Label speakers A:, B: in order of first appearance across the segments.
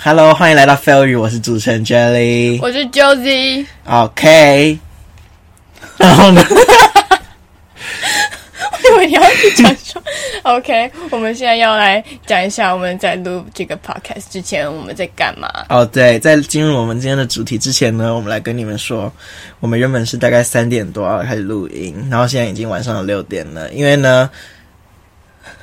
A: Hello，欢迎来到 Fail 语，我是主持人 Jelly。
B: 我是 Josie，
A: OK，然后呢？
B: 我以为你要讲说 OK，我们现在要来讲一下我们在录这个 podcast 之前我们在干嘛。
A: 哦，对，在进入我们今天的主题之前呢，我们来跟你们说，我们原本是大概三点多要开始录音，然后现在已经晚上的六点了。因为呢，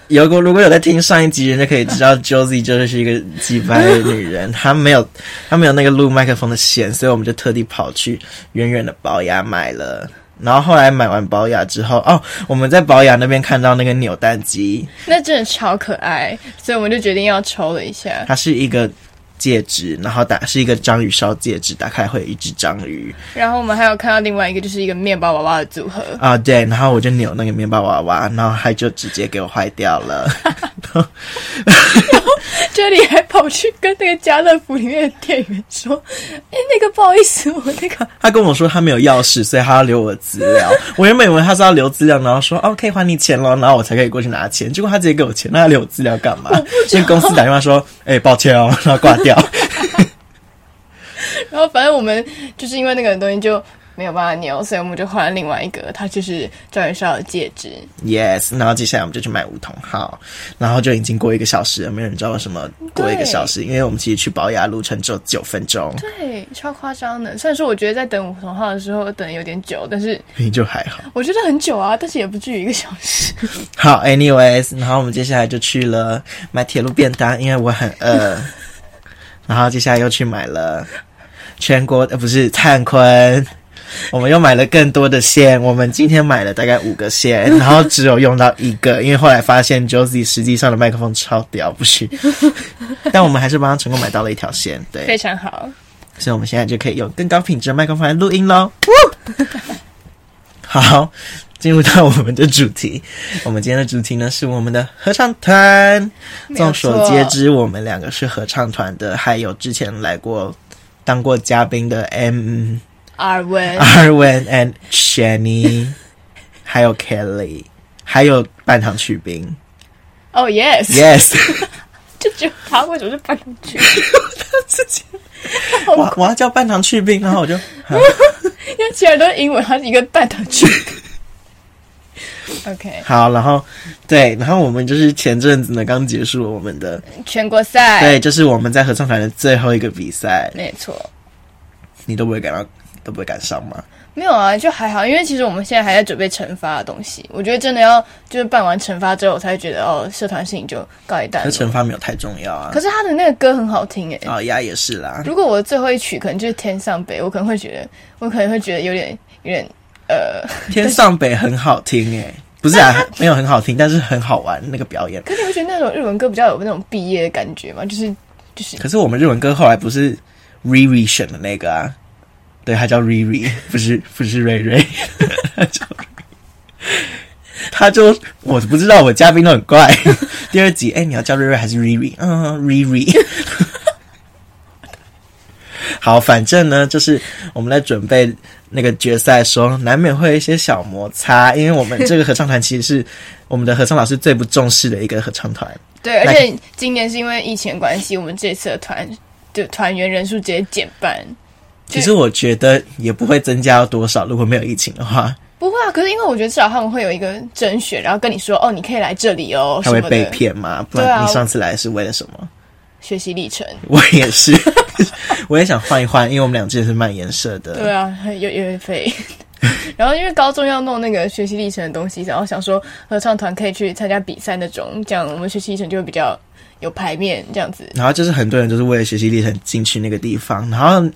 A: 有个如果有在听上一集人就可以知道，Josie 就是一个鸡掰的女人， 她没有她没有那个录麦克风的线，所以我们就特地跑去远远的宝雅买了。然后后来买完宝雅之后，哦，我们在宝雅那边看到那个扭蛋机，
B: 那真的超可爱，所以我们就决定要抽了一下。
A: 它是一个戒指，然后打是一个章鱼烧戒指，打开会有一只章鱼
B: 然后我们还有看到另外一个，就是一个面包娃娃的组合。
A: 啊、对，然后我就扭那个面包娃娃，然后它就直接给我坏掉了。
B: 这里还跑去跟那个家乐福里面的店员说：“哎，那个不好意思，我那个……
A: 他跟我说他没有钥匙，所以他要留我资料。我原本以为他是要留资料，然后说哦可以还你钱了，然后我才可以过去拿钱。结果他直接给我钱，那他留我资料干嘛？那公司打电话说，哎、抱歉哦，然后挂掉。
B: 然后反正我们就是因为那个东西就没有办法扭，所以我们就换了另外一个，它就是赵元绍的戒指。
A: Yes，然后接下来我们就去买梧桐号，然后就已经过一个小时了，没有人知道为什么过一个小时，因为我们其实去保雅路程只有九分钟，
B: 对，超夸张的。虽然说我觉得在等五同号的时候等得有点久，但是
A: 也就还好。
B: 我觉得很久啊，但是也不至于一个小时。
A: 好，anyways，然后我们接下来就去了买铁路便当，因为我很饿，然后接下来又去买了全国呃不是灿坤。我们又买了更多的线，我们今天买了大概五个线，然后只有用到一个，因为后来发现 Josie 实际上的麦克风超屌，不是， 但我们还是帮他成功买到了一条线，对，
B: 非常好。
A: 所以我们现在就可以用更高品质的麦克风来录音喽。 好，进入到我们的主题。我们今天的主题呢是我们的合唱团。
B: 没有
A: 众
B: 错
A: 所皆知，我们两个是合唱团的，还有之前来过当过嘉宾的 M
B: 耳闻
A: Arwen and Shani，还有 Kelly，还有半糖去冰。
B: 哦、yes，
A: Yes，
B: 就觉得他为什么是半空去？
A: 我我要叫半糖去冰，然后我就
B: 因为其他都是英文，他是一个半空 去。OK，
A: 好，然后对，然后我们就是前阵子呢刚结束了我们的
B: 全国赛，
A: 对，就是我们在合唱团的最后一个比赛，
B: 没错。
A: 你都不会感到都不会感伤吗？
B: 没有啊，就还好，因为其实我们现在还在准备惩罚的东西。我觉得真的要就是办完惩罚之后，我才觉得哦，社团事情就告一段
A: 可是
B: 落。
A: 惩罚没有太重要啊
B: 哎可。是他的那个歌很好听欸诶、
A: 哦，呀也是啦，
B: 如果我最后一曲可能就是《天上北》，我可能会觉得，我可能会觉得有点有点呃，
A: 天上北很好听诶、不是啊，没有很好听，但是很好玩那个表演。
B: 可是你会觉得那种日文歌比较有那种毕业的感觉吗？就是就是
A: 可是我们日文歌后来不是 Riri 选的那个啊，对，他叫 Riri，不 是不是瑞 瑞，他就我不知道，我嘉宾都很怪。 第二集，哎、你要叫瑞瑞还是 Riri？嗯，Riri。好，反正呢，就是我们在准备那个决赛的时候，难免会有一些小摩擦，因为我们这个合唱团其实是我们的合唱老师最不重视的一个合唱团。
B: 对，
A: 那
B: 而且今年是因为疫情的关系，我们这次的团就团员人数直接减半。
A: 其实我觉得也不会增加多少，如果没有疫情的话，
B: 不会啊，可是因为我觉得至少他们会有一个甄选，然后跟你说哦，你可以来这里哦，
A: 他
B: 什
A: 会
B: 么
A: 被
B: 的
A: 骗吗？不
B: 对
A: 然
B: 啊
A: 你上次来是为了什么？
B: 学习历程。
A: 我也是， 我也想换一换，因为我们俩之前是漫研社的。
B: 对啊，很有有点费。 然后因为高中要弄那个学习历程的东西，然后想说合唱团可以去参加比赛那种，这样我们学习历程就会比较有排面这样子。
A: 然后就是很多人就是为了学习历程进去那个地方，然后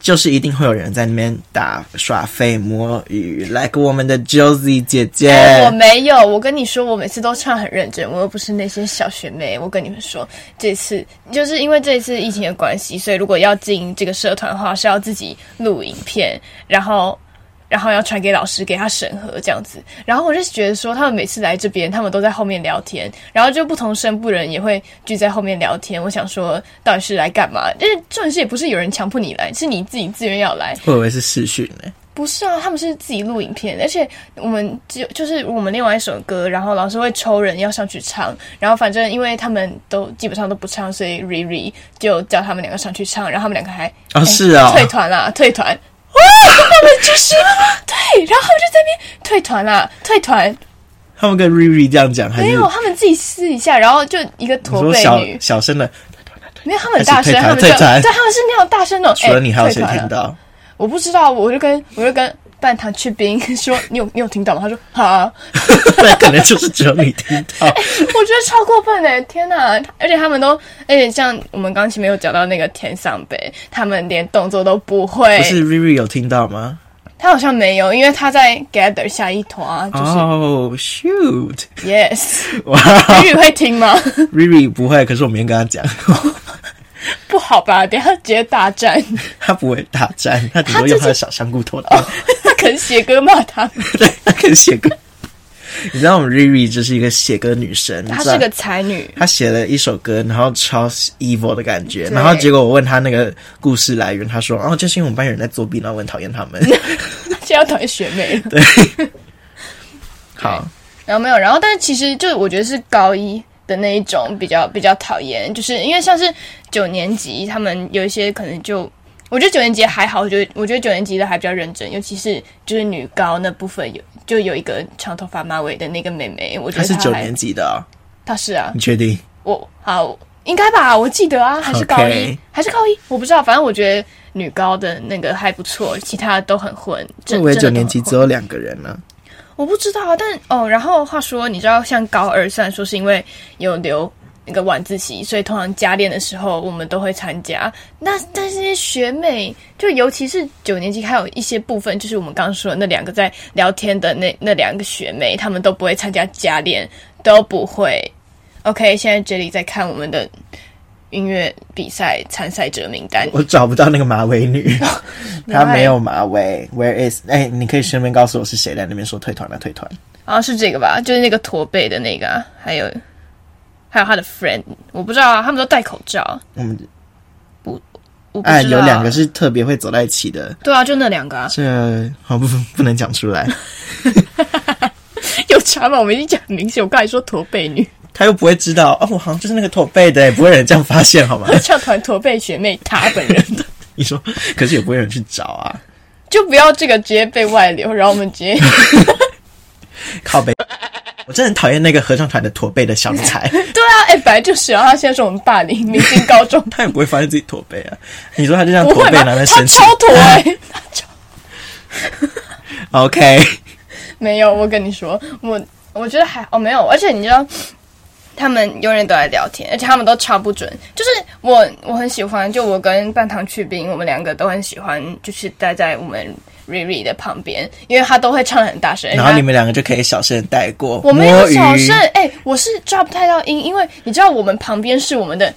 A: 就是一定会有人在那边打耍废摸鱼，like 我们的 Josie 姐姐。
B: 哎我没有，我跟你说，我每次都唱很认真，我又不是那些小学妹。我跟你们说，这次就是因为这次疫情的关系，所以如果要进这个社团的话，是要自己录影片，然后。然后要传给老师，给他审核这样子。然后我就觉得说，他们每次来这边，他们都在后面聊天，然后就不同声部人也会聚在后面聊天。我想说，到底是来干嘛？因为这种事也不是有人强迫你来，是你自己自愿要来。
A: 我以为是视讯呢、
B: 不是啊，他们是自己录影片，而且我们就就是我们练完一首歌，然后老师会抽人要上去唱，然后反正因为他们都基本上都不唱，所以 Riri 就叫他们两个上去唱，然后他们两个还
A: 哦
B: 哎
A: 是啊
B: 退团啦，退团，哇，他们就是对，然后就在那边退团啦，退团，
A: 他们跟 Riri 这样讲，还
B: 没
A: 是
B: 有，他们自己私底下，然后就一个
A: 你
B: 驼
A: 说
B: 背
A: 小
B: 女，
A: 小声的，
B: 没有，他们很大声，
A: 还
B: 他
A: 是
B: 们
A: 退团退
B: 就对，
A: 团
B: 他们是那种大声的，
A: 除了
B: 哎
A: 你还有谁
B: 退团了
A: 听到？
B: 我不知道，我就跟我就跟半糖去冰说，你有你有听到吗？他说好，
A: 那可能就是只有你听到。
B: 我觉得超过分嘞！天哪，而且他们都，而且像我们刚前面有讲到那个天上北，他们连动作都不会
A: 不。是 Riri 有听到吗？
B: 他好像没有，因为他在 gather 下一团啊，就是、
A: 哦、s h o o t
B: yes。
A: 哇
B: 英语会听吗？
A: ，Riri 不会，可是我明天跟他讲，
B: 不好吧，等一下直接大战，
A: 他不会大战，他顶
B: 他
A: 多
B: 就
A: 用
B: 是
A: 他的小香菇头打。
B: 他可能写歌骂他，
A: 对，他可以写歌。你知道我们 Riri 就是一个写歌女神，
B: 她
A: 你知道
B: 是个才女。
A: 她写了一首歌，然后超 evil 的感觉，
B: 对
A: 然后结果我问她那个故事来源，她说哦，就是因为我们班有人在作弊，然后我很讨厌他们。
B: 现在要讨厌学妹。
A: 对， 好，
B: 然后没有，然后但是其实就我觉得是高一的那一种比较比较讨厌，就是因为像是九年级他们有一些可能就。我觉得九年级还好，我觉得我觉得九年级的还比较认真，尤其是就是女高那部分有就有一个长头发马尾的那个妹妹，我觉
A: 她
B: 得
A: 是
B: 她
A: 九
B: 还
A: 年级的哦、
B: 她是啊，
A: 你确定？
B: 我好应该吧，我记得啊，还是高一
A: OK
B: 还是高一，我不知道，反正我觉得女高的那个还不错，其他都很混。真
A: 我以为九
B: 真的都
A: 年
B: 很
A: 级
B: 混
A: 只有两个人呢、
B: 我不知道啊，但哦，然后话说，你知道，像高二虽然说是因为有留那个晚自习，所以通常加练的时候我们都会参加。那但是那些学妹，就尤其是九年级，还有一些部分，就是我们刚刚说的那两个在聊天的那那两个学妹，她们都不会参加加练，都不会。OK，现在 j e 在看我们的音乐比赛参赛者名单，
A: 我找不到那个马尾 女， 她没有马尾。Where is？哎、你可以顺便告诉我是谁在那边说退团了？退团。
B: 啊，是这个吧？就是那个驼背的那个啊，还有还有他的 friend，我不知道啊，他们都戴口罩，
A: 我们
B: 我不知道。啊
A: 哎，嗯有两个，是特别会走在一起的，
B: 对啊，就那两个啊，
A: 这好不不能讲出来。
B: 有差吗？我们已经讲很明显，我刚才说驼背女，
A: 他又不会知道哦，我好像就是那个驼背的，不会有人这样发现好吗？
B: 唱团驼背学妹她本人，
A: 你说，可是也不会有人去找啊，
B: 就不要这个直接被外流，然后我们直 接
A: 靠背。 我真的很讨厌那个合唱团的驼背的小女 孩，
B: 对啊，哎、本来就是啊，他现在是我们霸凌，明星高中
A: 她也不会发现自己驼背啊。你说她就这样
B: 不
A: 驼
B: 会
A: 背，
B: 吧
A: 然后在？
B: 他
A: 生气
B: 超 驼哎、她超
A: ？OK，
B: 哎没有，我跟你说，我我觉得还哦没有，而且你知道，他们永远都在聊天，而且他们都超不准。就是我我很喜欢，就我跟半糖去冰，我们两个都很喜欢，就是待在我们 Riri 的旁边，因为他都会唱得很大声。
A: 然后
B: 他
A: 你们两个就可以小声地带过。
B: 我没
A: 摸
B: 有
A: 鱼
B: 小声，哎、我是抓不太到音，因为你知道我们旁边是我们的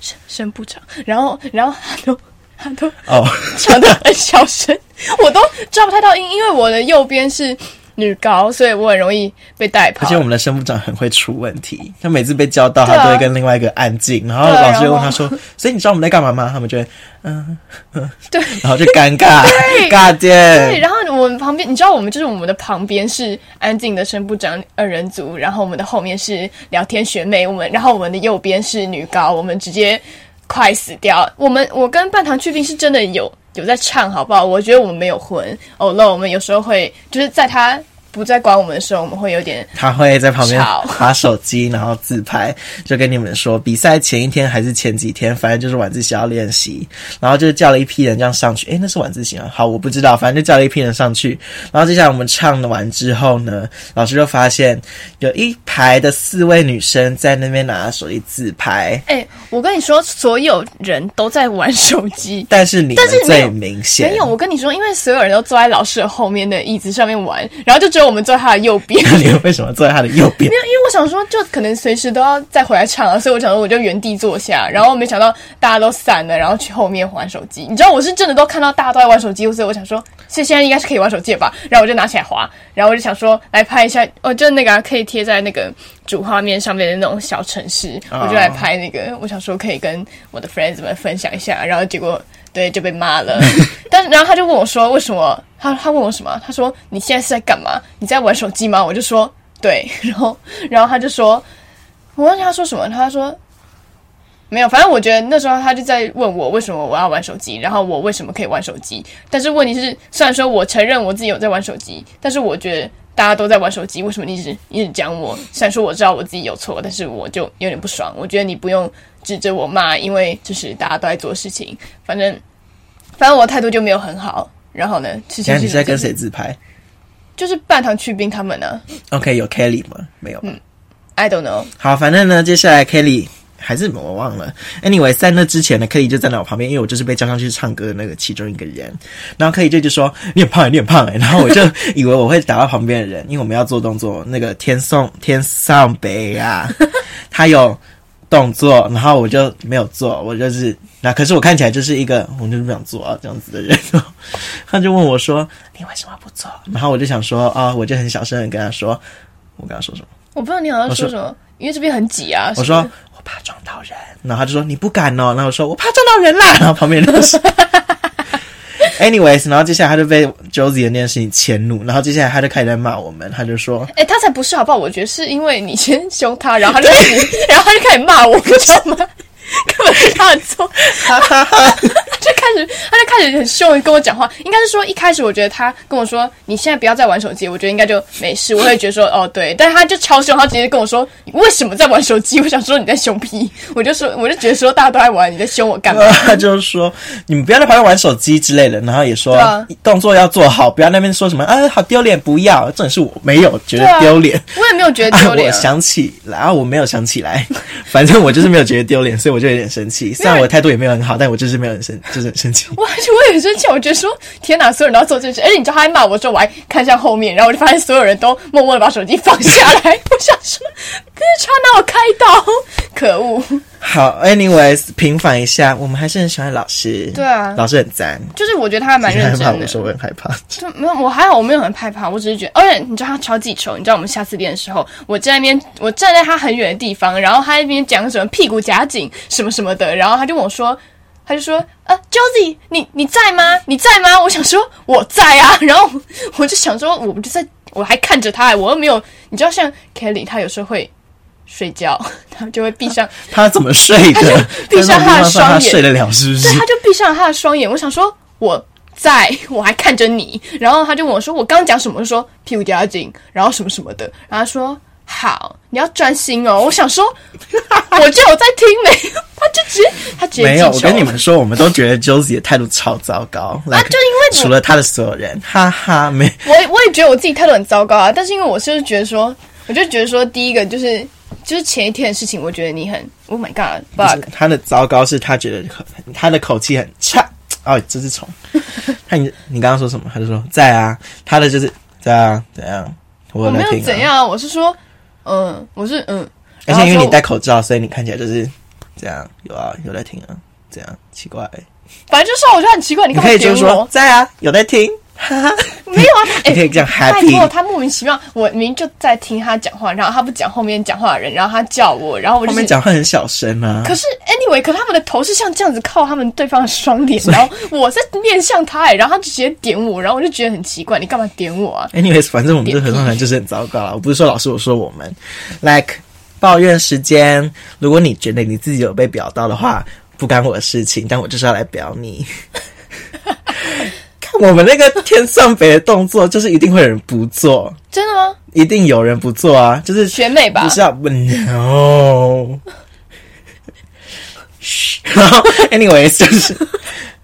B: 声声部长，然后然后他都他都
A: 哦，
B: 唱的很小声，我都抓不太到音，因为我的右边是女高，所以我很容易被带跑
A: 而且。我们的生部长很会出问题，他每次被叫到，
B: 对啊
A: 他都会跟另外一个安静，然后
B: 对
A: 老师
B: 然
A: 就
B: 后
A: 问他说：“所以你知道我们在干嘛吗？”他们就会嗯
B: 对
A: 然后就尴尬，
B: 对
A: 尬
B: 对，
A: 见。
B: 然后我们旁边，你知道我们就是我们的旁边是安静的声部长二人组，然后我们的后面是聊天学妹，我们然后我们的右边是女高，我们直接快死掉。我们我跟半糖去冰是真的有有在唱，好不好？我觉得我们没有混，哦，那我们有时候会就是在他不在管我们的时候，我们会有点
A: 他会在旁边
B: 吵
A: 划手机，然后自拍，就跟你们说比赛前一天还是前几天，反正就是晚自习要练习，然后就叫了一批人这样上去。诶，那是晚自习吗？好，我不知道，反正就叫了一批人上去。然后接下来我们唱完之后呢，老师就发现有一排的四位女生在那边拿手机自拍，
B: 哎、我跟你说，所有人都在玩手机。
A: 但是你们
B: 但是没
A: 最
B: 有
A: 明显，
B: 没有，我跟你说，因为所有人都坐在老师的后面的椅子上面玩，然后就只有我们坐在他的右边。
A: 那 你为什么坐在他的右边
B: 没？有，因为我想说，就可能随时都要再回来唱啊，所以我想说我就原地坐下，然后没想到大家都散了，然后去后面玩手机。你知道我是真的都看到大家都在玩手机，所以我想说，现现在应该是可以玩手机了吧？然后我就拿起来滑，然后我就想说来拍一下，哦，就那个、啊、可以贴在那个主画面上面的那种小城市，我就来拍那个。我想说可以跟我的 friends 们分享一下，然后结果对，就被骂了。但然后他就问我说：“为什么？”他他问我什么？他说：“你现在是在干嘛？你在玩手机吗？”我就说：“对。”然后然后他就说：“我忘记他说什么。”他说：“没有，反正我觉得那时候他就在问我为什么我要玩手机，然后我为什么可以玩手机。但是问题是，虽然说我承认我自己有在玩手机，但是我觉得大家都在玩手机，为什么你一直一直讲我？虽然说我知道我自己有错，但是我就有点不爽。我觉得你不用指着我骂，因为就是大家都在做事情，反正反正我态度就没有很好。然后呢，事
A: 现在
B: 情
A: 你是在跟
B: 就是
A: 谁自拍
B: 就是半糖去冰他们呢
A: ？OK，有 Kelly 吗？没有吧。
B: ？I don't know。
A: 好，反正呢，接下来 Kelly 还是我忘了。Anyway，在那之前呢，Kelly 就站在我旁边，因为我就是被叫上去唱歌的那个其中一个人。然后 Kelly 就就说：“你很胖欸， 你很胖哎。”然后我就以为我会打到旁边的人，因为我们要做动作，那个天送天上北啊，他有。动作，然后我就没有做，我就是那，可是我看起来就是一个我就是不想做啊这样子的人。 然后他就问我说：“你为什么不做？”然后我就想说啊、我就很小声的跟他说，我跟他说什么？
B: 我不知道你好像说
A: 我说
B: 什么，因为这边很挤啊。
A: 我说
B: 是不是
A: 我怕撞到人，然后他就说你不敢哦，然后我说我怕撞到人啦， 然后旁边人都是。Anyways，然后接下来他就被 Josie 的那件事情迁怒，然后接下来他就开始在骂我们，他就说
B: 哎、他才不是好不好？我觉得是因为你先凶他，然后他就开始，然后他就开始骂我，不知道吗？根本是他的错，
A: 哈哈哈，
B: 他 就开始，他就开始很凶的跟我讲话。应该是说一开始我觉得他跟我说你现在不要再玩手机，我觉得应该就没事，我会觉得说哦对，但是他就超凶，他直接跟我说你为什么在玩手机？我想说你在凶屁， 我就说我就觉得说大家都在玩，你在凶我干嘛？
A: 他就说你们不要在旁边玩手机之类的，然后也说、
B: 对啊
A: 动作要做好，不要那边说什么啊好丢脸，不要，这是我没有觉
B: 对
A: 得
B: 啊
A: 丢脸。
B: 我也没有觉得
A: 啊
B: 丢脸、
A: 我
B: 啊。
A: 想起来，啊，我没有想起来， 反正我就是没有觉得丢脸，所以我就有点生气。虽然我态度也没有很好，但我就是没有很生，就是很生气。
B: 我还 我也很生气，我觉得说天哪，所有人都要做这件事，而且你知道他还骂我说我还看向后面，然后我就发现所有人都默默的把手机放下来， 我想说这是他拿我开刀，可恶！
A: 好，anyways，平反一下，我们还是很喜欢老师。
B: 对啊
A: 老师很赞。
B: 就是我觉得他还蛮
A: 你
B: 认
A: 害怕
B: 真
A: 我
B: 的，
A: 说我很害怕。
B: 就没有我还好，我没有很害怕，我只是觉得，而且你知道他超记仇，你知道我们下次练的时候，我站在那边，我站在他很远的地方，然后他在那边讲什么屁股夹紧什么什么的，然后他就问我说。他就说：“呃，Josie，你你在吗？你在吗？”我想说我在啊，然后我就想说，我就在，我还看着他，我又没有，你知道，像 Kelly，他有时候会睡觉，他就会闭上，
A: 他怎么睡
B: 他
A: 的？
B: 就闭上
A: 在那种地方
B: 他的双眼
A: 他睡得了是不是
B: 对，？他就闭上了他的双眼。我想说我在， 我还看着你。然后他就问我说：“我刚讲什么？”我就说屁股夹紧，然后什么什么的。然后他说：“好，你要专心哦。”我想 说，我就有在听没？他就直接他直接
A: 没有，
B: 记
A: 我
B: 仇
A: 跟你们说，我们都觉得 Josie 的态度超糟糕。啊
B: 就因为我
A: 除了他的所有人，哈哈，没
B: 我也我也觉得我自己态度很糟糕啊，但是因为我就是觉得说，我就觉得说，第一个就是就是前一天的事情，我觉得你很 Oh my God
A: 不是
B: bug，
A: 他的糟糕是他觉得很他的口气很差。哦，这是 虫。看你你刚刚说什么？他就说在啊，他的就是在啊，怎样？我
B: 我
A: 有
B: 没
A: 在
B: 有
A: 听、
B: 怎
A: 啊。
B: 样啊，我是说，嗯，我是嗯，
A: 而
B: 然后
A: 且因为
B: 说
A: 你戴口罩，所以你看起来就是这样。有啊，有在听啊，这样奇怪、
B: 反正就是我觉得很奇怪，你
A: 你
B: 干嘛
A: 可以
B: 点
A: 就
B: 我？
A: 是说在啊，有在听，哈 哈。
B: 没有啊，他
A: 你可以这样
B: 拜托，
A: happy
B: 他莫名其妙，我明明就在听他讲话，然后他不讲后面讲话的人，然后他叫我，然后我就
A: 后
B: 是
A: 面。讲话很小声啊。
B: 可是，anyway，可他们的头是像这样子靠他们对方的双脸，然后我在面向他、哎，然后他就直接点我，然后我就觉得很奇怪，你干嘛点我啊？
A: Anyways，反正我们这合唱团就是很糟糕啊了。我不是说老师，我说我们，like 抱怨时间。如果你觉得你自己有被表到的话，不干我的事情，但我就是要来表 你。看我们那个天上北的动作，就是一定会有人不做，
B: 真的吗？
A: 一定有人不做啊，就是
B: 学妹吧
A: 不是啊，no。然后，anyways，就是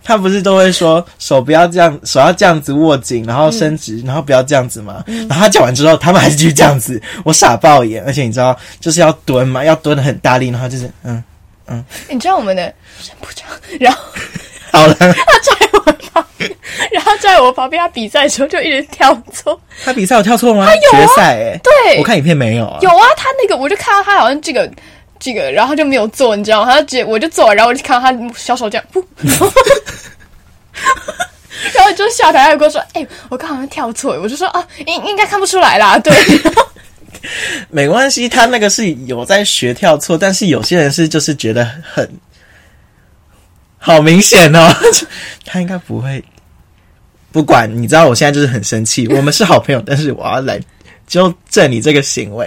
A: 他不是都会说手不要这样，手要这样子握紧，然后伸直，然后不要这样子嘛。
B: 嗯
A: 然后他讲完之后，他们还是继续这样子，我傻爆眼。而且你知道，就是要蹲嘛，要蹲的很大力，然后就是嗯，
B: 你知道我们的神部长，然后
A: 好 了。
B: 他在我旁边，然后在我旁边，他比赛的时候就一直跳走。
A: 他比赛有跳错吗？
B: 有啊
A: 决赛哎、
B: 对
A: 我看影片没有啊。
B: 有啊，他那个我就看到他好像这个这个，然后就没有做，你知道吗？他就直接我就做，然后我就看到他小手这样，噗， 然后就下台，他就跟我说：“哎、我刚好像跳错。”我就说：“啊，应应该看不出来啦。” 对，
A: 没关系，他那个是有在学跳错，但是有些人是就是觉得很好明显哦， 他应该不会。不管你知道，我现在就是很生气。我们是好朋友，但是我要来纠正你这个行为。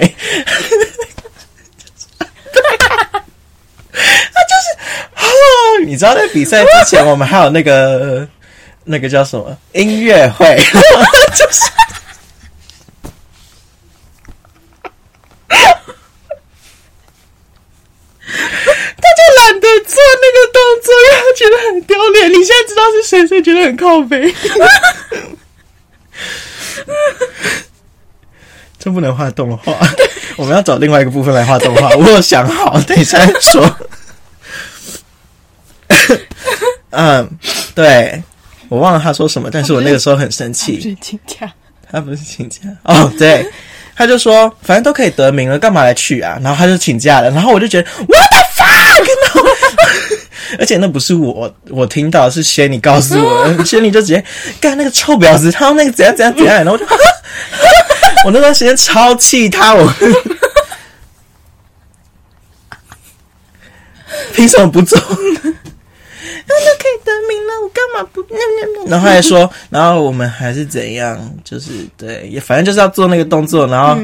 A: 他就是哦，你知道在比赛之前，我们还有那个那个叫什么音乐会，就是。他就懒得做那个动作，因为他觉得很丢脸。你现在知道是谁，所以觉得很靠背。真不能画动画，我们要找另外一个部分来画动画。我有想好，等一下再说。嗯，对，我忘了他说什么，但是我那个时候很生气。
B: 是请假。
A: 他不是请假哦， 对，他就说反正都可以得名了，干嘛来去啊？然后他就请假了，然后我就觉得 what the fuck，然后 而且那不是我我听到，是 s h a n y 告诉我 s h a n y 就直接干那个臭婊子，他那个怎样怎样怎样，然后我就 我那段时间超气他，我凭什么不做呢？那都可以得名了，我干嘛不？ 然后他还说，然后我们还是怎样，就是对，也反正就是要做那个动作。然后、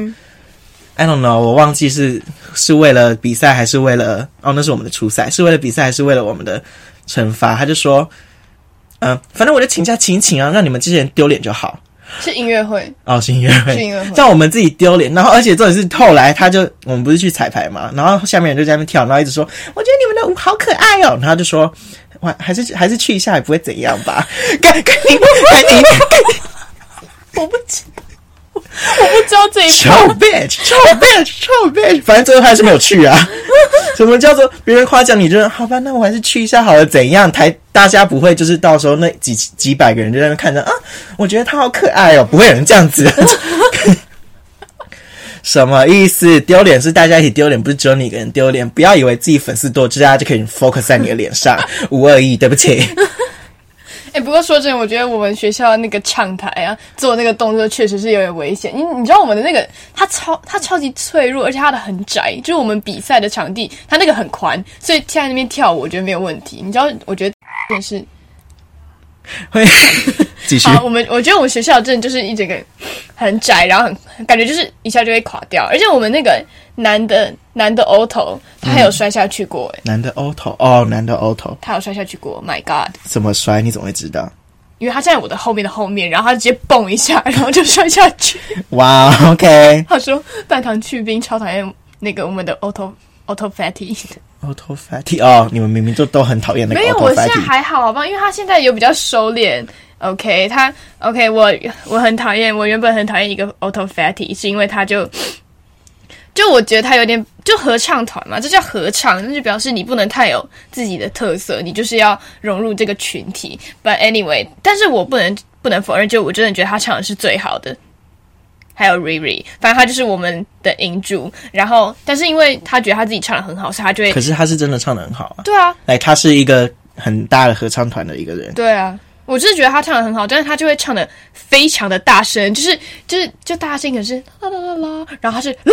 A: I don't know，我忘记是是为了比赛还是为了哦，那是我们的初赛，是为了比赛还是为了我们的惩罚？他就说，嗯、反正我就请假请一请啊，让你们这些人丢脸就好。
B: 是音乐会，
A: 哦，是音乐会，
B: 是音乐会
A: 让我们自己丢脸。然后，而且重点是后来他就，我们不是去彩排嘛，然后下面人就在那边跳，然后一直说，我觉得你们的舞好可爱哦。然后他就说，哇，还是还是去一下也不会怎样吧。 赶赶紧赶紧
B: 我不知，我不知道这 一
A: 臭 bitch，臭 bitch，臭 bitch，反正最后他还是没有去啊。 什么叫做别人夸奖你，就是好吧？那我还是去一下好了，怎样？台大家不会就是到时候那几几百个人就在那边看着啊，我觉得他好可爱哦，不会有人这样子。什么意思？丢脸是大家一起丢脸，不是只有你一个人丢脸。不要以为自己粉丝多，就大家就可以 focus 在你的脸 上。无恶意，对不起。
B: 哎、不过说真的，我觉得我们学校那个唱台啊，做那个动作确实是有点危险。你你知道我们的那个，它超它超级脆弱，而且它的很窄，就是我们比赛的场地，它那个很宽，所以现在那边跳舞我觉得没有问题。你知道，我觉得真的是
A: 会继续。
B: 好，我们我觉得我们学校真的就是一整个很窄，然后很感觉就是一下就会垮掉，而且我们那个男的男的 O 头，他还有摔下去过、哎、
A: 男的 O 头哦，男的 O 头
B: 他有摔下去过，My God！
A: 怎么摔？你怎么会知道？
B: 因为他站在我的后面的后面，然后他直接蹦一下，然后就摔下去。
A: 哇、o k
B: 他说半糖去冰超讨厌那个我们的 auto auto fatty，
A: Auto fatty 哦，你们明明就都很讨厌那个
B: 没有，
A: auto
B: 我现在
A: fatty。
B: 还好好吧，因为他现在有比较收敛。OK，他 OK，我我很讨厌，我原本很讨厌一个 auto fatty，是因为他就。就我觉得他有点，就合唱团嘛，这叫合唱，那就表示你不能太有自己的特色，你就是要融入这个群体。But anyway，但是我不能不能否认，就我真的觉得他唱的是最好的，还有 Riri，反正他就是我们的银主。然后，但是因为他觉得他自己唱的很好，所以他就会
A: 可是他是真的唱的很好啊，
B: 对啊，
A: 来，他是一个很大的合唱团的一个人，
B: 对啊，我就是觉得他唱的很好，但是他就会唱的非常的大声，就是就是就大声，可是啦啦啦啦，然后他是啦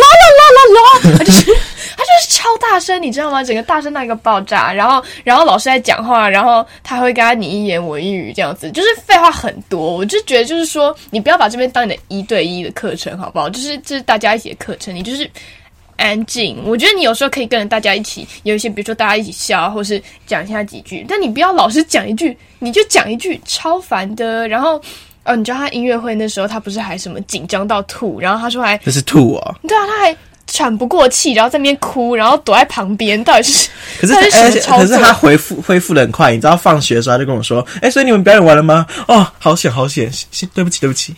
B: 啦啦啦啦，他就是 他就是超大声，你知道吗？整个大声到一个爆炸，然后然后老师在讲话，然后他会跟他你一言我一语这样子，就是废话很多。我就觉得就是说，你不要把这边当你的一对一的课程好不好？就是这、是大家一起的课程，你就是安静。我觉得你有时候可以跟着大家一起，有一些比如说大家一起笑啊，或是讲一下几句，但你不要老是讲一句，你就讲一句，超烦的。然后，呃，你知道他音乐会那时候，他不是还什么紧张到吐，然后他说还
A: 这是吐哦。
B: 对啊，他还喘不过气，然后在那边哭，然后躲在旁边，到底是
A: 可是
B: 到底
A: 他，
B: 什
A: 而
B: 么
A: 且
B: 操
A: 可
B: 作？
A: 是他恢复恢复的很快，你知道放学的时候他就跟我说，哎、所以你们表演完了吗？哦，好险好险，是是对不起对不起，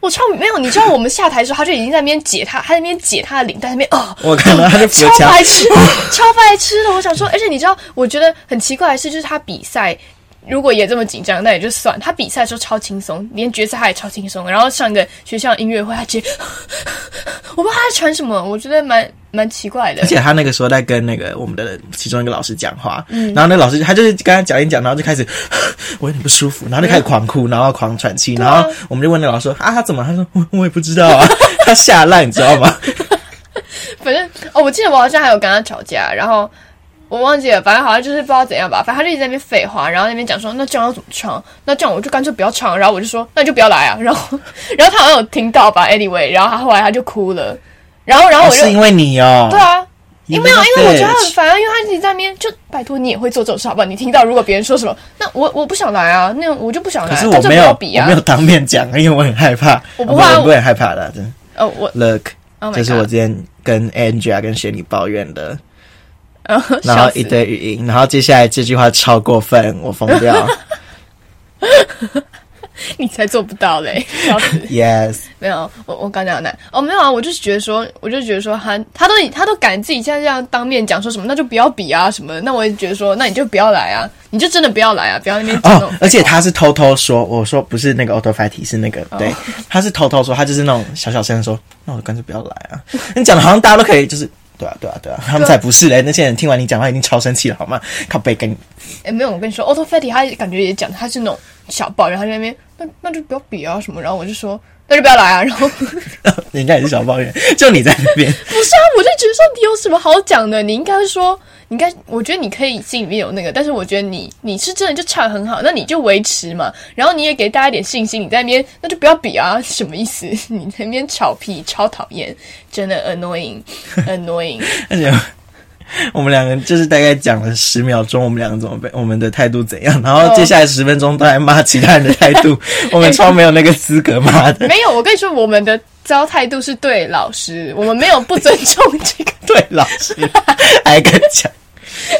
B: 我超没有，你知道我们下台的时候，他就已经在那边解他，他在那边解他的领带，在那边哦，
A: 我看到他就扶
B: 超
A: 墙
B: 白痴，超白痴的。我想说，而且你知道，我觉得很奇怪的是，就是他比赛如果也这么紧张，那也就算。他比赛的时候超轻松，连决赛他也超轻松。然后上个学校音乐会，他直接， 我不知道他在传什么，我觉得蛮蛮奇怪的
A: 而。且他那个时候在跟那个我们的其中一个老师讲话，
B: 嗯
A: 然后那个老师他就是跟他讲一讲，然后就开始我有点不舒服，然后就开始狂
B: 嗯
A: 哭，然后狂喘气，
B: 啊
A: 然后我们就问那个老师说啊他怎么了？他说我我也不知道啊，他吓烂你知道吗？
B: 反正哦，我记得我好像还有跟他吵架，然后我忘记了，反正好像就是不知道怎样吧，反正他就一直在那边废话，然后那边讲说那这样要怎么唱，那这样我就干脆不要唱，然后我就说那你就不要来啊，然后然后他好像有听到吧，anyway，然后他后来他就哭了，然后然后
A: 哦
B: 我就、
A: 是因为你哦，
B: 对啊，因
A: You
B: 为没有，因为我觉得他
A: little
B: 很
A: bitch
B: 烦啊，因为他一直在那边就拜托你也会做这种事好不好？你听到如果别人说什么，那我我不想来啊，那我就不想来，
A: 可是
B: 干
A: 我
B: 脆
A: 没
B: 不
A: 有
B: 要，比啊
A: 我没有，当面讲，因为我很害怕。
B: 我不怕
A: 我不会很害怕的。真的
B: 呃我
A: Look，
B: ，oh my
A: 这是我
B: God
A: 之前跟 Angela 跟雪妮抱怨的，
B: 呃
A: 然后
B: 笑死
A: 一堆语音，然后接下来这句话超过分，我疯掉。
B: 你才做不到嘞，笑死。
A: yes，
B: 没有，我我刚讲哪？哦，没有啊，我就是觉得说，我就觉得说他他都他都敢自己现在这样当面讲说什么，那就不要比啊什么的。那我也觉得说，那你就不要来啊，你就真的不要来啊，不要那边讲那
A: 哦
B: 种，
A: 而且他是偷偷说，我说不是那个 auto fight，是那个，
B: 哦
A: 对，他是偷偷说，他就是那种小小声地说，那我干脆不要来啊。你讲的好像大家都可以，就是。对啊，对啊，对啊，他们才不是嘞！那些人听完你讲话，已经超生气了，好吗？靠背跟你
B: 哎，没有，我跟你说，Auto Fatty 他感觉也讲，他是那种小抱怨，他在那边那那就不要比啊什么。然后我就说，那就不要来啊。然后不是
A: 人家也是小抱怨，就你在那边，
B: 啊，我就觉得说你有什么好讲的？你应该说，你应该，我觉得你可以心里面有那个，但是我觉得你你是真的就唱得很好，那你就维持嘛。然后你也给大家一点信心，你在那边那就不要比啊，什么意思？你在那边吵屁，超讨厌，真的 annoying，annoying
A: 而且我们两个就是大概讲了十秒钟，我们两个怎么被我们的态度怎样，然
B: 哦
A: 后接下来十分钟都在骂其他人的态 度，我们超没有那个资格骂的。
B: 没有，我跟你说，我们的教态度是对老师，我们没有不尊重这个。
A: 对老 师还敢讲，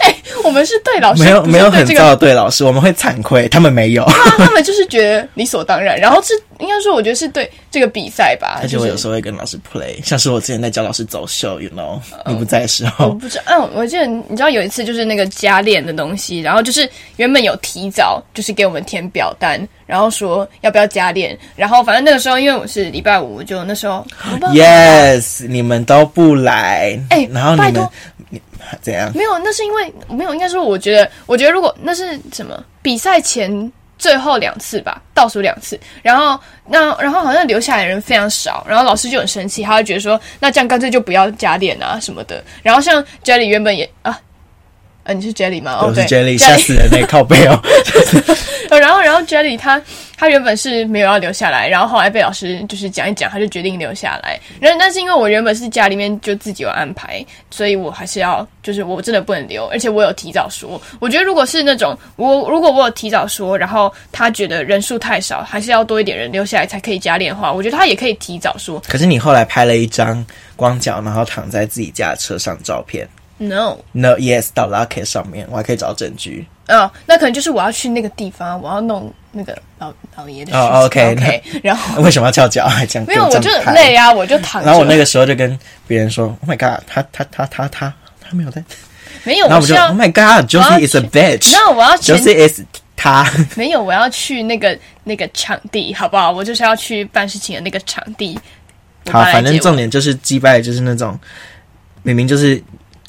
B: 哎、我们是对老师，
A: 没有
B: 不是
A: 没有
B: 对
A: 很
B: 这
A: 糟
B: 个，
A: 的对老师，我们会惭愧，他们没 有。
B: 他他们就是觉得理所当然。然后是应该说，我觉得是对这个比赛吧，
A: 而且
B: 就
A: 我
B: 是
A: 有时候会跟老师 play，像是我之前在教老师走秀，you know，你不在的时候
B: 哦我，不知道，嗯，我记得你知道有一次就是那个加练的东西，然后就是原本有提早就是给我们填表单，然后说要不要加练，然后反正那个时候因为我是礼拜五，就那时候 我不知道
A: Yes，你们都不来，
B: 哎
A: 然后你
B: 拜
A: 们
B: 托
A: 你怎样？
B: 没有，那是因为没有，应该说我觉得，我觉得如果那是什么比赛前最后两次吧，倒数两次，然后那然后好像留下来的人非常少，然后老师就很生气，他就觉得说，那这样干脆就不要加点啊什么的。然后像 Jelly 原本也啊。呃、你是 Jelly 吗？哦，
A: 我是
B: 对
A: Jelly，吓死人嘞，靠背哦。
B: 呃，然后然后 Jelly 他他原本是没有要留下来，然后后来被老师就是讲一讲，他就决定留下来。然后但是因为我原本是家里面就自己有安排，所以我还是要就是我真的不能留，而且我有提早说。我觉得如果是那种我如果我有提早说，然后他觉得人数太少，还是要多一点人留下来才可以加练的话，我觉得他也可以提早说。
A: 可是你后来拍了一张光脚，然后躺在自己家的车上照片。
B: No，
A: No, yes，到 Lucky 上面，我还可以找证据。
B: 哦，那可能就是我要去那个地方，我要弄那个老老爷的事情。
A: 哦，OK，
B: OK，然后。
A: 为什么要翘脚？还这样
B: 没
A: 给
B: 有，我
A: 这
B: 就
A: 样
B: 很
A: 拍
B: 累啊，我就躺着。
A: 然后我那个时候就跟别人说：“Oh my god，他他他他他他没有在。”
B: 没有，
A: 然后我
B: 我
A: 们
B: 是
A: 就
B: 要
A: ：“Oh my god，Josie is a bitch。
B: 那我要全
A: Josie is 他。
B: 没有，我要去那个那个场地，好不好？我就是要去办事情的那个场地。”我
A: 好
B: 爸，来
A: 反正
B: 接我
A: 重点就是击败，就是那种明明就是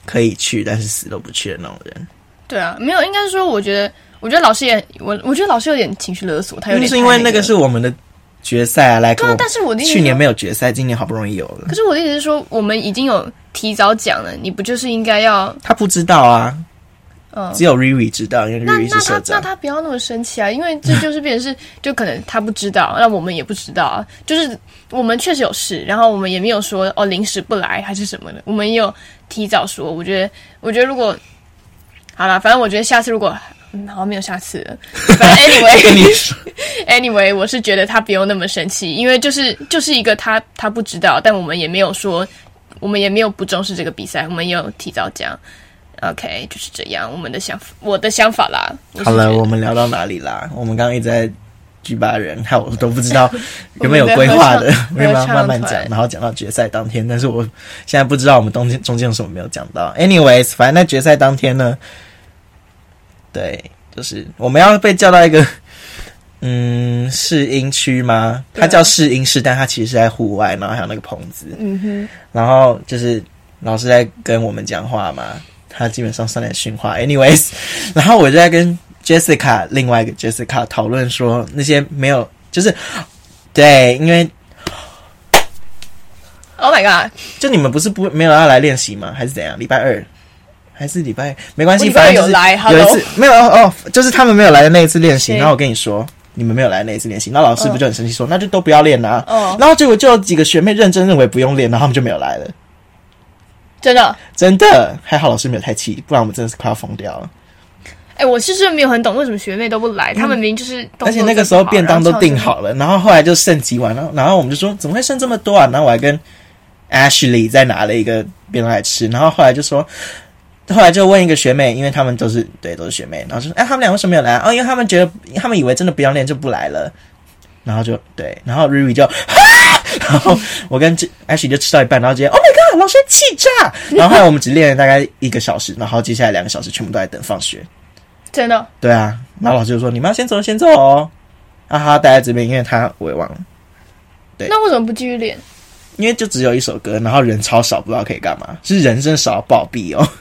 A: 可以去，但是死都不去的那种人。
B: 对啊，没有，应该是说，我觉得，我觉得老师也，我我觉得老师有点情绪勒索，他有点
A: 是因为
B: 太
A: 那
B: 那
A: 个是我们的决赛啊，来。
B: 对啊，但是我的意思是
A: 去年
B: 说
A: 没有决赛，今年好不容易有了
B: 可。是我的意思是说，我们已经有提早讲了，你不就是应该要
A: 他不知道啊，
B: 嗯
A: 只有 Riri 知道，因为
B: 那
A: Riri 是
B: 那
A: 社
B: 他那
A: 长。
B: 他不要那么生气啊，因为这就是变成是，就可能他不知道，那我们也不知道啊。就是我们确实有事，然后我们也没有说哦临时不来还是什么的，我们也有提早说。我觉得，我觉得如果好啦，反正我觉得下次如果嗯好像没有下次了， 反正
A: 跟
B: anyway
A: 你 说
B: anyway，我是觉得他不用那么生气，因为就是就是一个他他不知道，但我们也没有说，我们也没有不重视这个比赛，我们也有提早讲。OK，就是这样，我们的想法，我的想法啦。我是
A: 好了，
B: 觉得
A: 我们聊到哪里啦？我们刚刚一直在举巴人，害我都不知 道原本有
B: 我们的
A: 规划的
B: 合唱，
A: 我原本要
B: 合唱
A: 慢慢讲
B: 团，
A: 然后讲到决赛当天，但是我现在不知道我们中间中间有什么没有讲到。Anyways，反正在决赛当天呢，对，就是我们要被叫到一个。 嗯，试音区吗？
B: 对
A: 它
B: 啊
A: 叫试音室，但它其实是在户外，然后还有那个棚子。
B: 嗯哼，
A: 然后就是老师在跟我们讲话嘛，他基本上算在训话。Anyways，然 后我就在跟 Jessica 另外一个 Jessica 讨论说那些没有，就是对，因为
B: Oh my god！
A: 就你们不是不没有要来练习吗？还是怎样？礼拜二。还是礼拜没关系，
B: 我礼拜
A: 反正就是
B: 有来
A: 有一
B: hello
A: 次没有哦哦，就是他们没有来的那一次练习，
B: 对
A: 然后我跟你说。你们没有来那一次练习，那老师不就很生气说，那就都不要练啦、
B: 嗯
A: 然后结果就有几个学妹认真认为不用练，然后他们就没有来了。
B: 真的。
A: 真的，还好老师没有太气，不然我们真的是快要疯掉了。
B: 哎、我是真的没有很懂为什么学妹都不来，她、们明明就是动作
A: 而且那个时候
B: 就不好
A: 便当都订。
B: 然后唱
A: 好了，然后后来就剩几碗，然后然后我们就说怎么会剩这么多啊？然后我还跟 Ashley 再拿了一个便当来吃，然后后来就说。后来就问一个学妹，因为他们都是对都是学妹，然后就说：“哎，他们俩为什么没有来啊？哦，因为他们觉得他们以为真的不要练就不来了。”然后就对，然后 Riri 就，啊、然后我跟 Ashley 就吃到一半，然后直接 Oh my God，老师气炸！然后后来我们只练了大概一个小时，然后接下来两个小时全部都在等放学。
B: 真的，
A: 对啊，然后老师就说：“你们要先走，先走哦。”啊哈，待在这边，因为他我也忘了，对
B: 那为什么不继续练？
A: 因为就只有一首歌，然后人超少，不知道可以干嘛，是人真少到暴毙哦。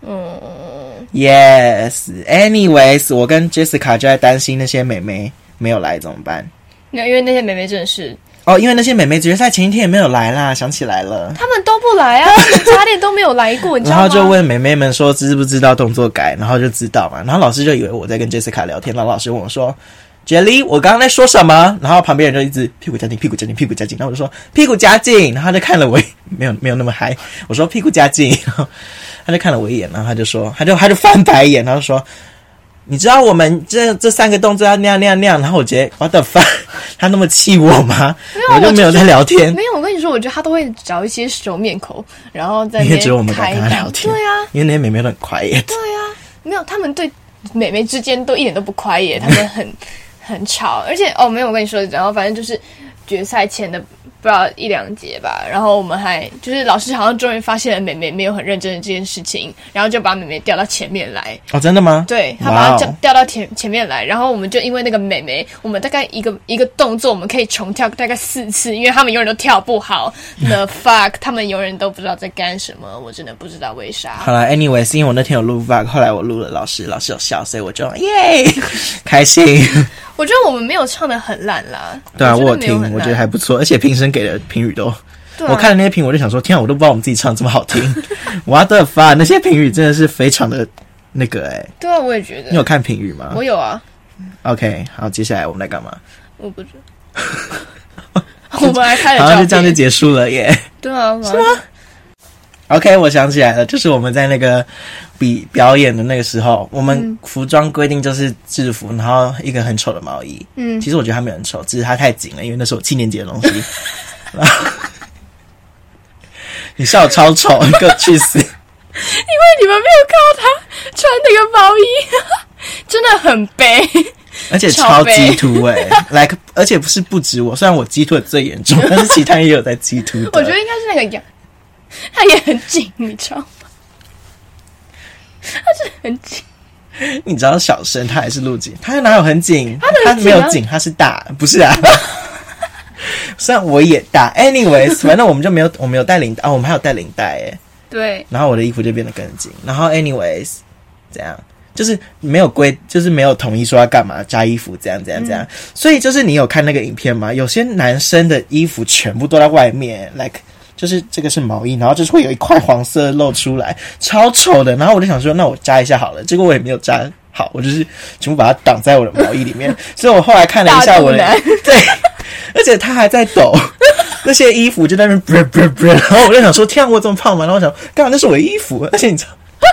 A: 嗯，Yes，anyways，我跟 Jessica 就在担心那些美眉没有来怎么办。
B: 没有，因为那些妹妹真的是，
A: 哦，因为那些美眉决赛前一天也没有来啦，想起来了。
B: 她们都不来 啊，她们差点都没有来过，你知道
A: 然
B: 吗？
A: 后就问妹妹们说知不知道动作改，然后就知道嘛。然后老师就以为我在跟 Jessica 聊天，然后老师问我说：“Jelly，我刚刚在说什么？”然后旁边人就一直屁股夹紧，屁股夹紧，屁股夹紧。然后我就说屁股夹紧，然后他就看了我一，没有没有那么嗨，我说屁股夹紧，然后他就看了我一眼，然后他就说，他就他就翻白眼，然后说。你知道我们这这三个动作要那样那样那样，然后我直接 what the fuck，他那 么气我吗？我就没有在聊天，
B: 没有，我跟你说，我觉得她都会找一些熟面孔，然后在那
A: 因为只有我们
B: 边
A: 敢
B: 开
A: 跟他
B: 导
A: 聊天
B: 对啊，
A: 因为那些妹妹都很 quiet。
B: 对啊，没有，他们对美眉之间都一点都不快耶，他们很很吵，而且哦，没有，我跟你说，然后反正就是决赛前的不知道一两节吧，然后我们还就是老师好像终于发现了美眉没有很认真的这件事情，然后就把美眉调到前面来，
A: 哦，真的吗？
B: 对他
A: 哇
B: 把她
A: 哦
B: 调调到前前面来，然后我们就因为那个美眉，我们大概一个一个动作我们可以重跳大概四次，因为他们永远都跳不好 ，the fuck，他们永远都不知道在干什么，我真的不知道为啥。
A: 好了，anyway，是因为我那天有录 vlog，后来我录了老师，老师有笑，所以我就耶开心。
B: 我觉得我们没有唱的很烂啦。
A: 对啊，我有
B: 觉得没有
A: 听，
B: 很烂
A: 我觉得还不错，而且评审给的评语都，
B: 对啊
A: 我看了那些评语，我就想说，天啊，我都不知道我们自己唱得这么好 听，我的发，那些评语真的是非常的那个哎、
B: 对啊，我也觉
A: 你
B: 得，
A: 有看评语吗
B: 我有啊，
A: ？OK，好，接下来我们来干嘛？
B: 我不知道。我们还拍了
A: 好像
B: 照
A: 就
B: 片，
A: 这样就结束了耶。
B: 对啊， 是吗？
A: OK，我想起来了，就是我们在那个比表演的那个时候，我们
B: 嗯
A: 服装规定就是制服，然后一个很丑的毛衣。
B: 嗯
A: 其实我觉得它没有很丑，只是它太紧了，因为那是我七年级的东 西。 然后你笑得超丑，你给我去 死！
B: 因为你们没有看到他穿那个毛衣， 真的很悲。
A: 而且超鸡突哎、来，而且不是不止我，虽然我鸡突的最严 重，但是其他人也有在鸡突的。
B: 我觉得应该是那个羊， 他也很紧，你知道吗？他是很紧，
A: 你知道小生他还是录紧，他哪有很紧？他
B: 哪有
A: 没
B: 紧啊
A: 有紧，他是大，不是啊。 虽然我也大，anyways，反正我们就没有，我没有带领带，哦，我们还有带领带哎。
B: 对，
A: 然后我的衣服就变得更紧，然后 anyways，怎样？就是没有规，就是没有统一说要干嘛加衣服，怎样怎样怎样。所以就是你有看那个影片吗？有些男生的衣服全部都在外面，like 就是这个是毛衣，然后就是会有一块黄色露出来，超丑的。然后我就想说，那我扎一下好了，结果我也没有扎好，我就是全部把它挡在我的毛衣里面。所以我后来看了一下我的
B: 大肚腩，
A: 对， 而且它还在抖。那些衣服就在那边 啵啵啵，然后我就想说，天啊，我这么胖吗？然后我想，干嘛那是我的衣服？而且你知道，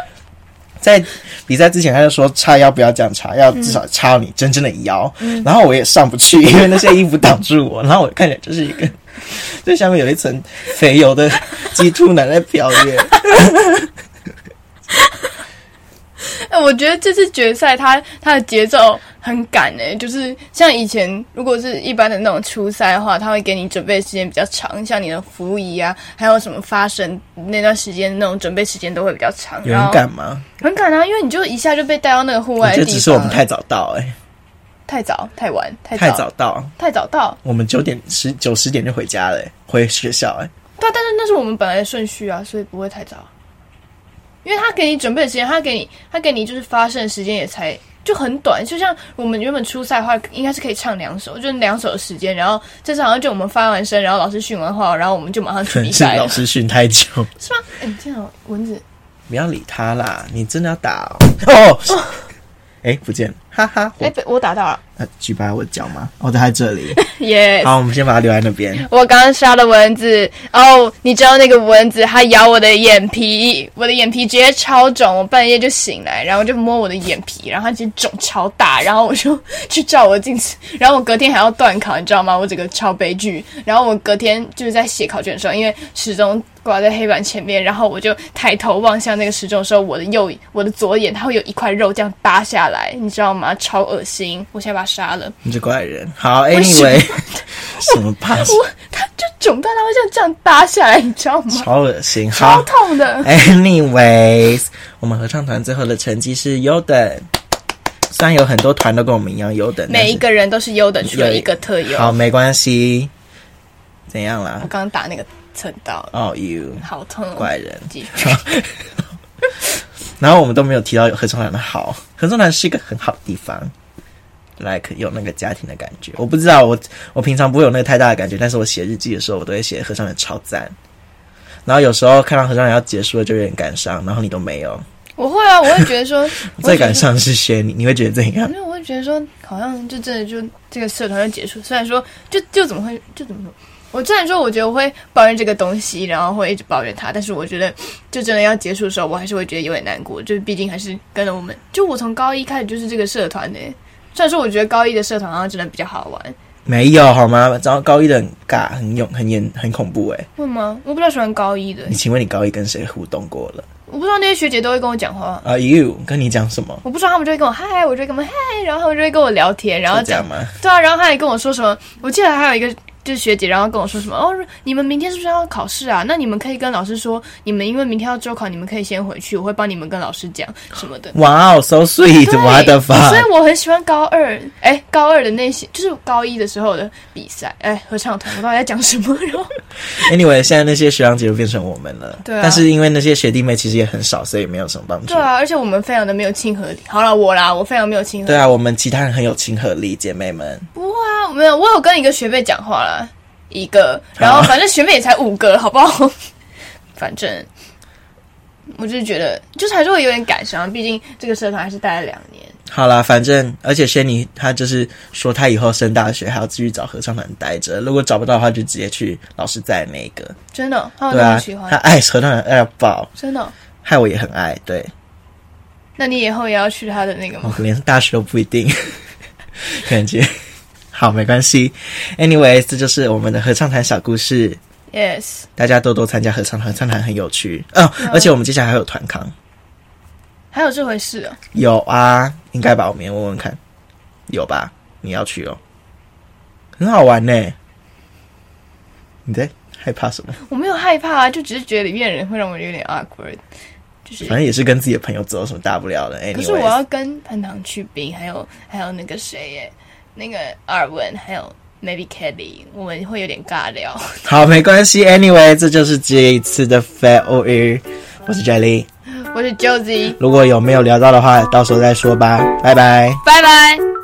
A: 在比赛之前他就说叉腰不要这样叉，要至少叉到你真正的腰。然后我也上不去，因为那些衣服挡住我，然后我看起来就是一个，最下面有一层肥油的鸡兔男在表 演。
B: 哎，我觉得这次决赛它它的节奏很赶诶、就是像以前如果是一般的那种初赛的话，他会给你准备的时间比较长，像你的服仪啊，还有什么发生那段时间那种准备时间都会比较长。
A: 有人赶吗？
B: 然后，很赶啊，因为你就一下就被带到那个户
A: 我
B: 外
A: 觉得
B: 的地
A: 只
B: 方。
A: 是我们太早到、欸，
B: 太早、太晚、太
A: 哎，
B: 早
A: 太早到，
B: 太早到。
A: 我们九点十九十点就回家了、欸回学校、欸，哎，
B: 对啊，但是那是我们本来的顺序啊，所以不会太早。因为他给你准备的时间，他给你他给你就是发声的时间也才就很短，就像我们原本初赛的话，应该是可以唱两首，就是两首的时间。然后这次好像就我们发完声，然后老师训完话，然后我们就马上去
A: 可
B: 比
A: 能是
B: 赛
A: 老
B: 了，
A: 师训太久。
B: 是吗？哎、你这样蚊子
A: 不要理他啦，你真的要打哦？哦，哎、不见了，哈哈，我
B: 哎、被我打到了，
A: 呃举白我的脚吗？哦，它在这里。
B: 耶、
A: 好，我们先把它留在那边。
B: 我刚刚杀了蚊子，哦，你知道那个蚊子它咬我的眼皮，我的眼皮直接超肿，我半夜就醒来，然后就摸我的眼皮，然后它直接肿超大，然后我就去照我镜子，然后我隔天还要断考，你知道吗？我整个超悲剧。然后我隔天就是在写考卷的时候，因为时钟挂在黑板前面，然后我就抬头望向那个时钟的时候，我的右我的左眼它会有一块肉这样扒下来，你知道吗？超恶心，我现在把它杀了。
A: 你这怪人。好
B: 什么
A: ，Anyway，什 么怕？
B: 我它就肿大，它会像这样扒下来，你知道吗？
A: 超恶心。
B: 超
A: 好哎
B: 痛的。
A: ，Anyways，我们合唱团最后的成绩是优等。虽然有很多团都跟我们一样优等，
B: 每一个人都是优等，
A: 但是
B: 除了一个特优。
A: 好，没关系。怎样啦
B: 我？刚刚打那个蹭到了，
A: 哦、you
B: 好痛、哦。
A: 怪人。
B: 继续。
A: 然后我们都没有提到有合唱团的好，合唱团是一个很好的地方，like 有那个家庭的感觉。我不知道我我平常不会有那个太大的感觉，但是我写日记的时候，我都会写合唱团超赞。然后有时候看到合唱团要结束了，就有点感伤，然后你都没有。
B: 我会啊，我会觉得 说，我
A: 最
B: 会觉
A: 感
B: 得说，
A: 伤是谁？你你会觉得怎样
B: 因？为我会觉得说，好像就真的就这个社团就结束。虽然说，就就怎么会，就怎么。我虽然说，我觉得我会抱怨这个东西，然后会一直抱怨它，但是我觉得，就真的要结束的时候，我还是会觉得有点难过。就是毕竟还是跟了我们，就我从高一开始就是这个社团的、虽然说，我觉得高一的社团好像真的比较好玩，
A: 没有好吗？然后高一的很尬，很勇，很严，很恐怖哎、
B: 会吗？我比较喜欢高一的
A: 你，请问你高一跟谁互动过了？
B: 我不知道那些学姐都会跟我讲话，
A: 啊、you 跟你讲什么？
B: 我不知道他们就会跟我嗨，我就会跟他们嗨，然后他们就会跟我聊天，然后
A: 是这样
B: 讲
A: 吗？
B: 对啊，然后他还跟我说什么，我记得还有一个。就是学姐，然后跟我说什么哦，你们明天是不是要考试啊？那你们可以跟老师说，你们因为明天要周考，你们可以先回去，我会帮你们跟老师讲什 么的。
A: 哇哦，so
B: 对
A: sweet，what the
B: 所以
A: fuck？
B: 我很喜欢高二，哎，高二的那些就是高一的时候的比赛，哎，合唱团，我到底在讲什么？ 然后
A: Anyway，现在那些学长姐都变成我们了，
B: 对啊
A: 但是因为那些学弟妹其实也很少，所以没有什么帮助。
B: 对啊，而且我们非常的没有亲和力。好了，我啦，我非常没有亲和力
A: 对。啊，我们其他人很有亲和力，姐妹们。
B: 不会啊，没有，我有跟一个学妹讲话啦，一个，然后
A: 啊
B: 反正学妹也才五个，好不好？ 反正我就是觉得，就是还是会有点感伤，毕竟这个社团还是待了两年。
A: 好啦，反正而且轩尼她就是说，她以后升大学还要继续找合唱团待着，如果找不到的话，就直接去老师在那个。
B: 真的，他有
A: 对
B: 哦那么
A: 啊
B: 喜，欢，
A: 她爱合唱团爱到爆，
B: 真的。
A: 害我也很爱。对，
B: 那你以后也要去他的那个吗？
A: 我连大学都不一定， 感觉好没关系。Anyway，这就是我们的合唱团小故事。
B: Yes，
A: 大家多多参加合唱团，合唱团很有趣哦。
B: 嗯
A: 而且我们接下来还有团康，
B: 还有这回事哦。
A: 有啊，应该吧？我们也问问看，有吧？你要去哦，很好玩呢、你在害怕什么？
B: 我没有害怕啊，就只是觉得里面的人会让我有点 awkward，就是。
A: 反正也是跟自己的朋友走，有什么大不了的。
B: 可是我
A: Anyway，
B: 要跟潘唐去冰，还有还有那个谁耶，那个尔文，还有 Maybe Kelly，我们会有点尬聊。
A: 好，没关系。Anyway，这就是这一次的 Fair O U，我是 Jelly。
B: 我是 Josie，
A: 如果有没有聊到的话，到时候再说吧。拜拜。
B: 拜拜。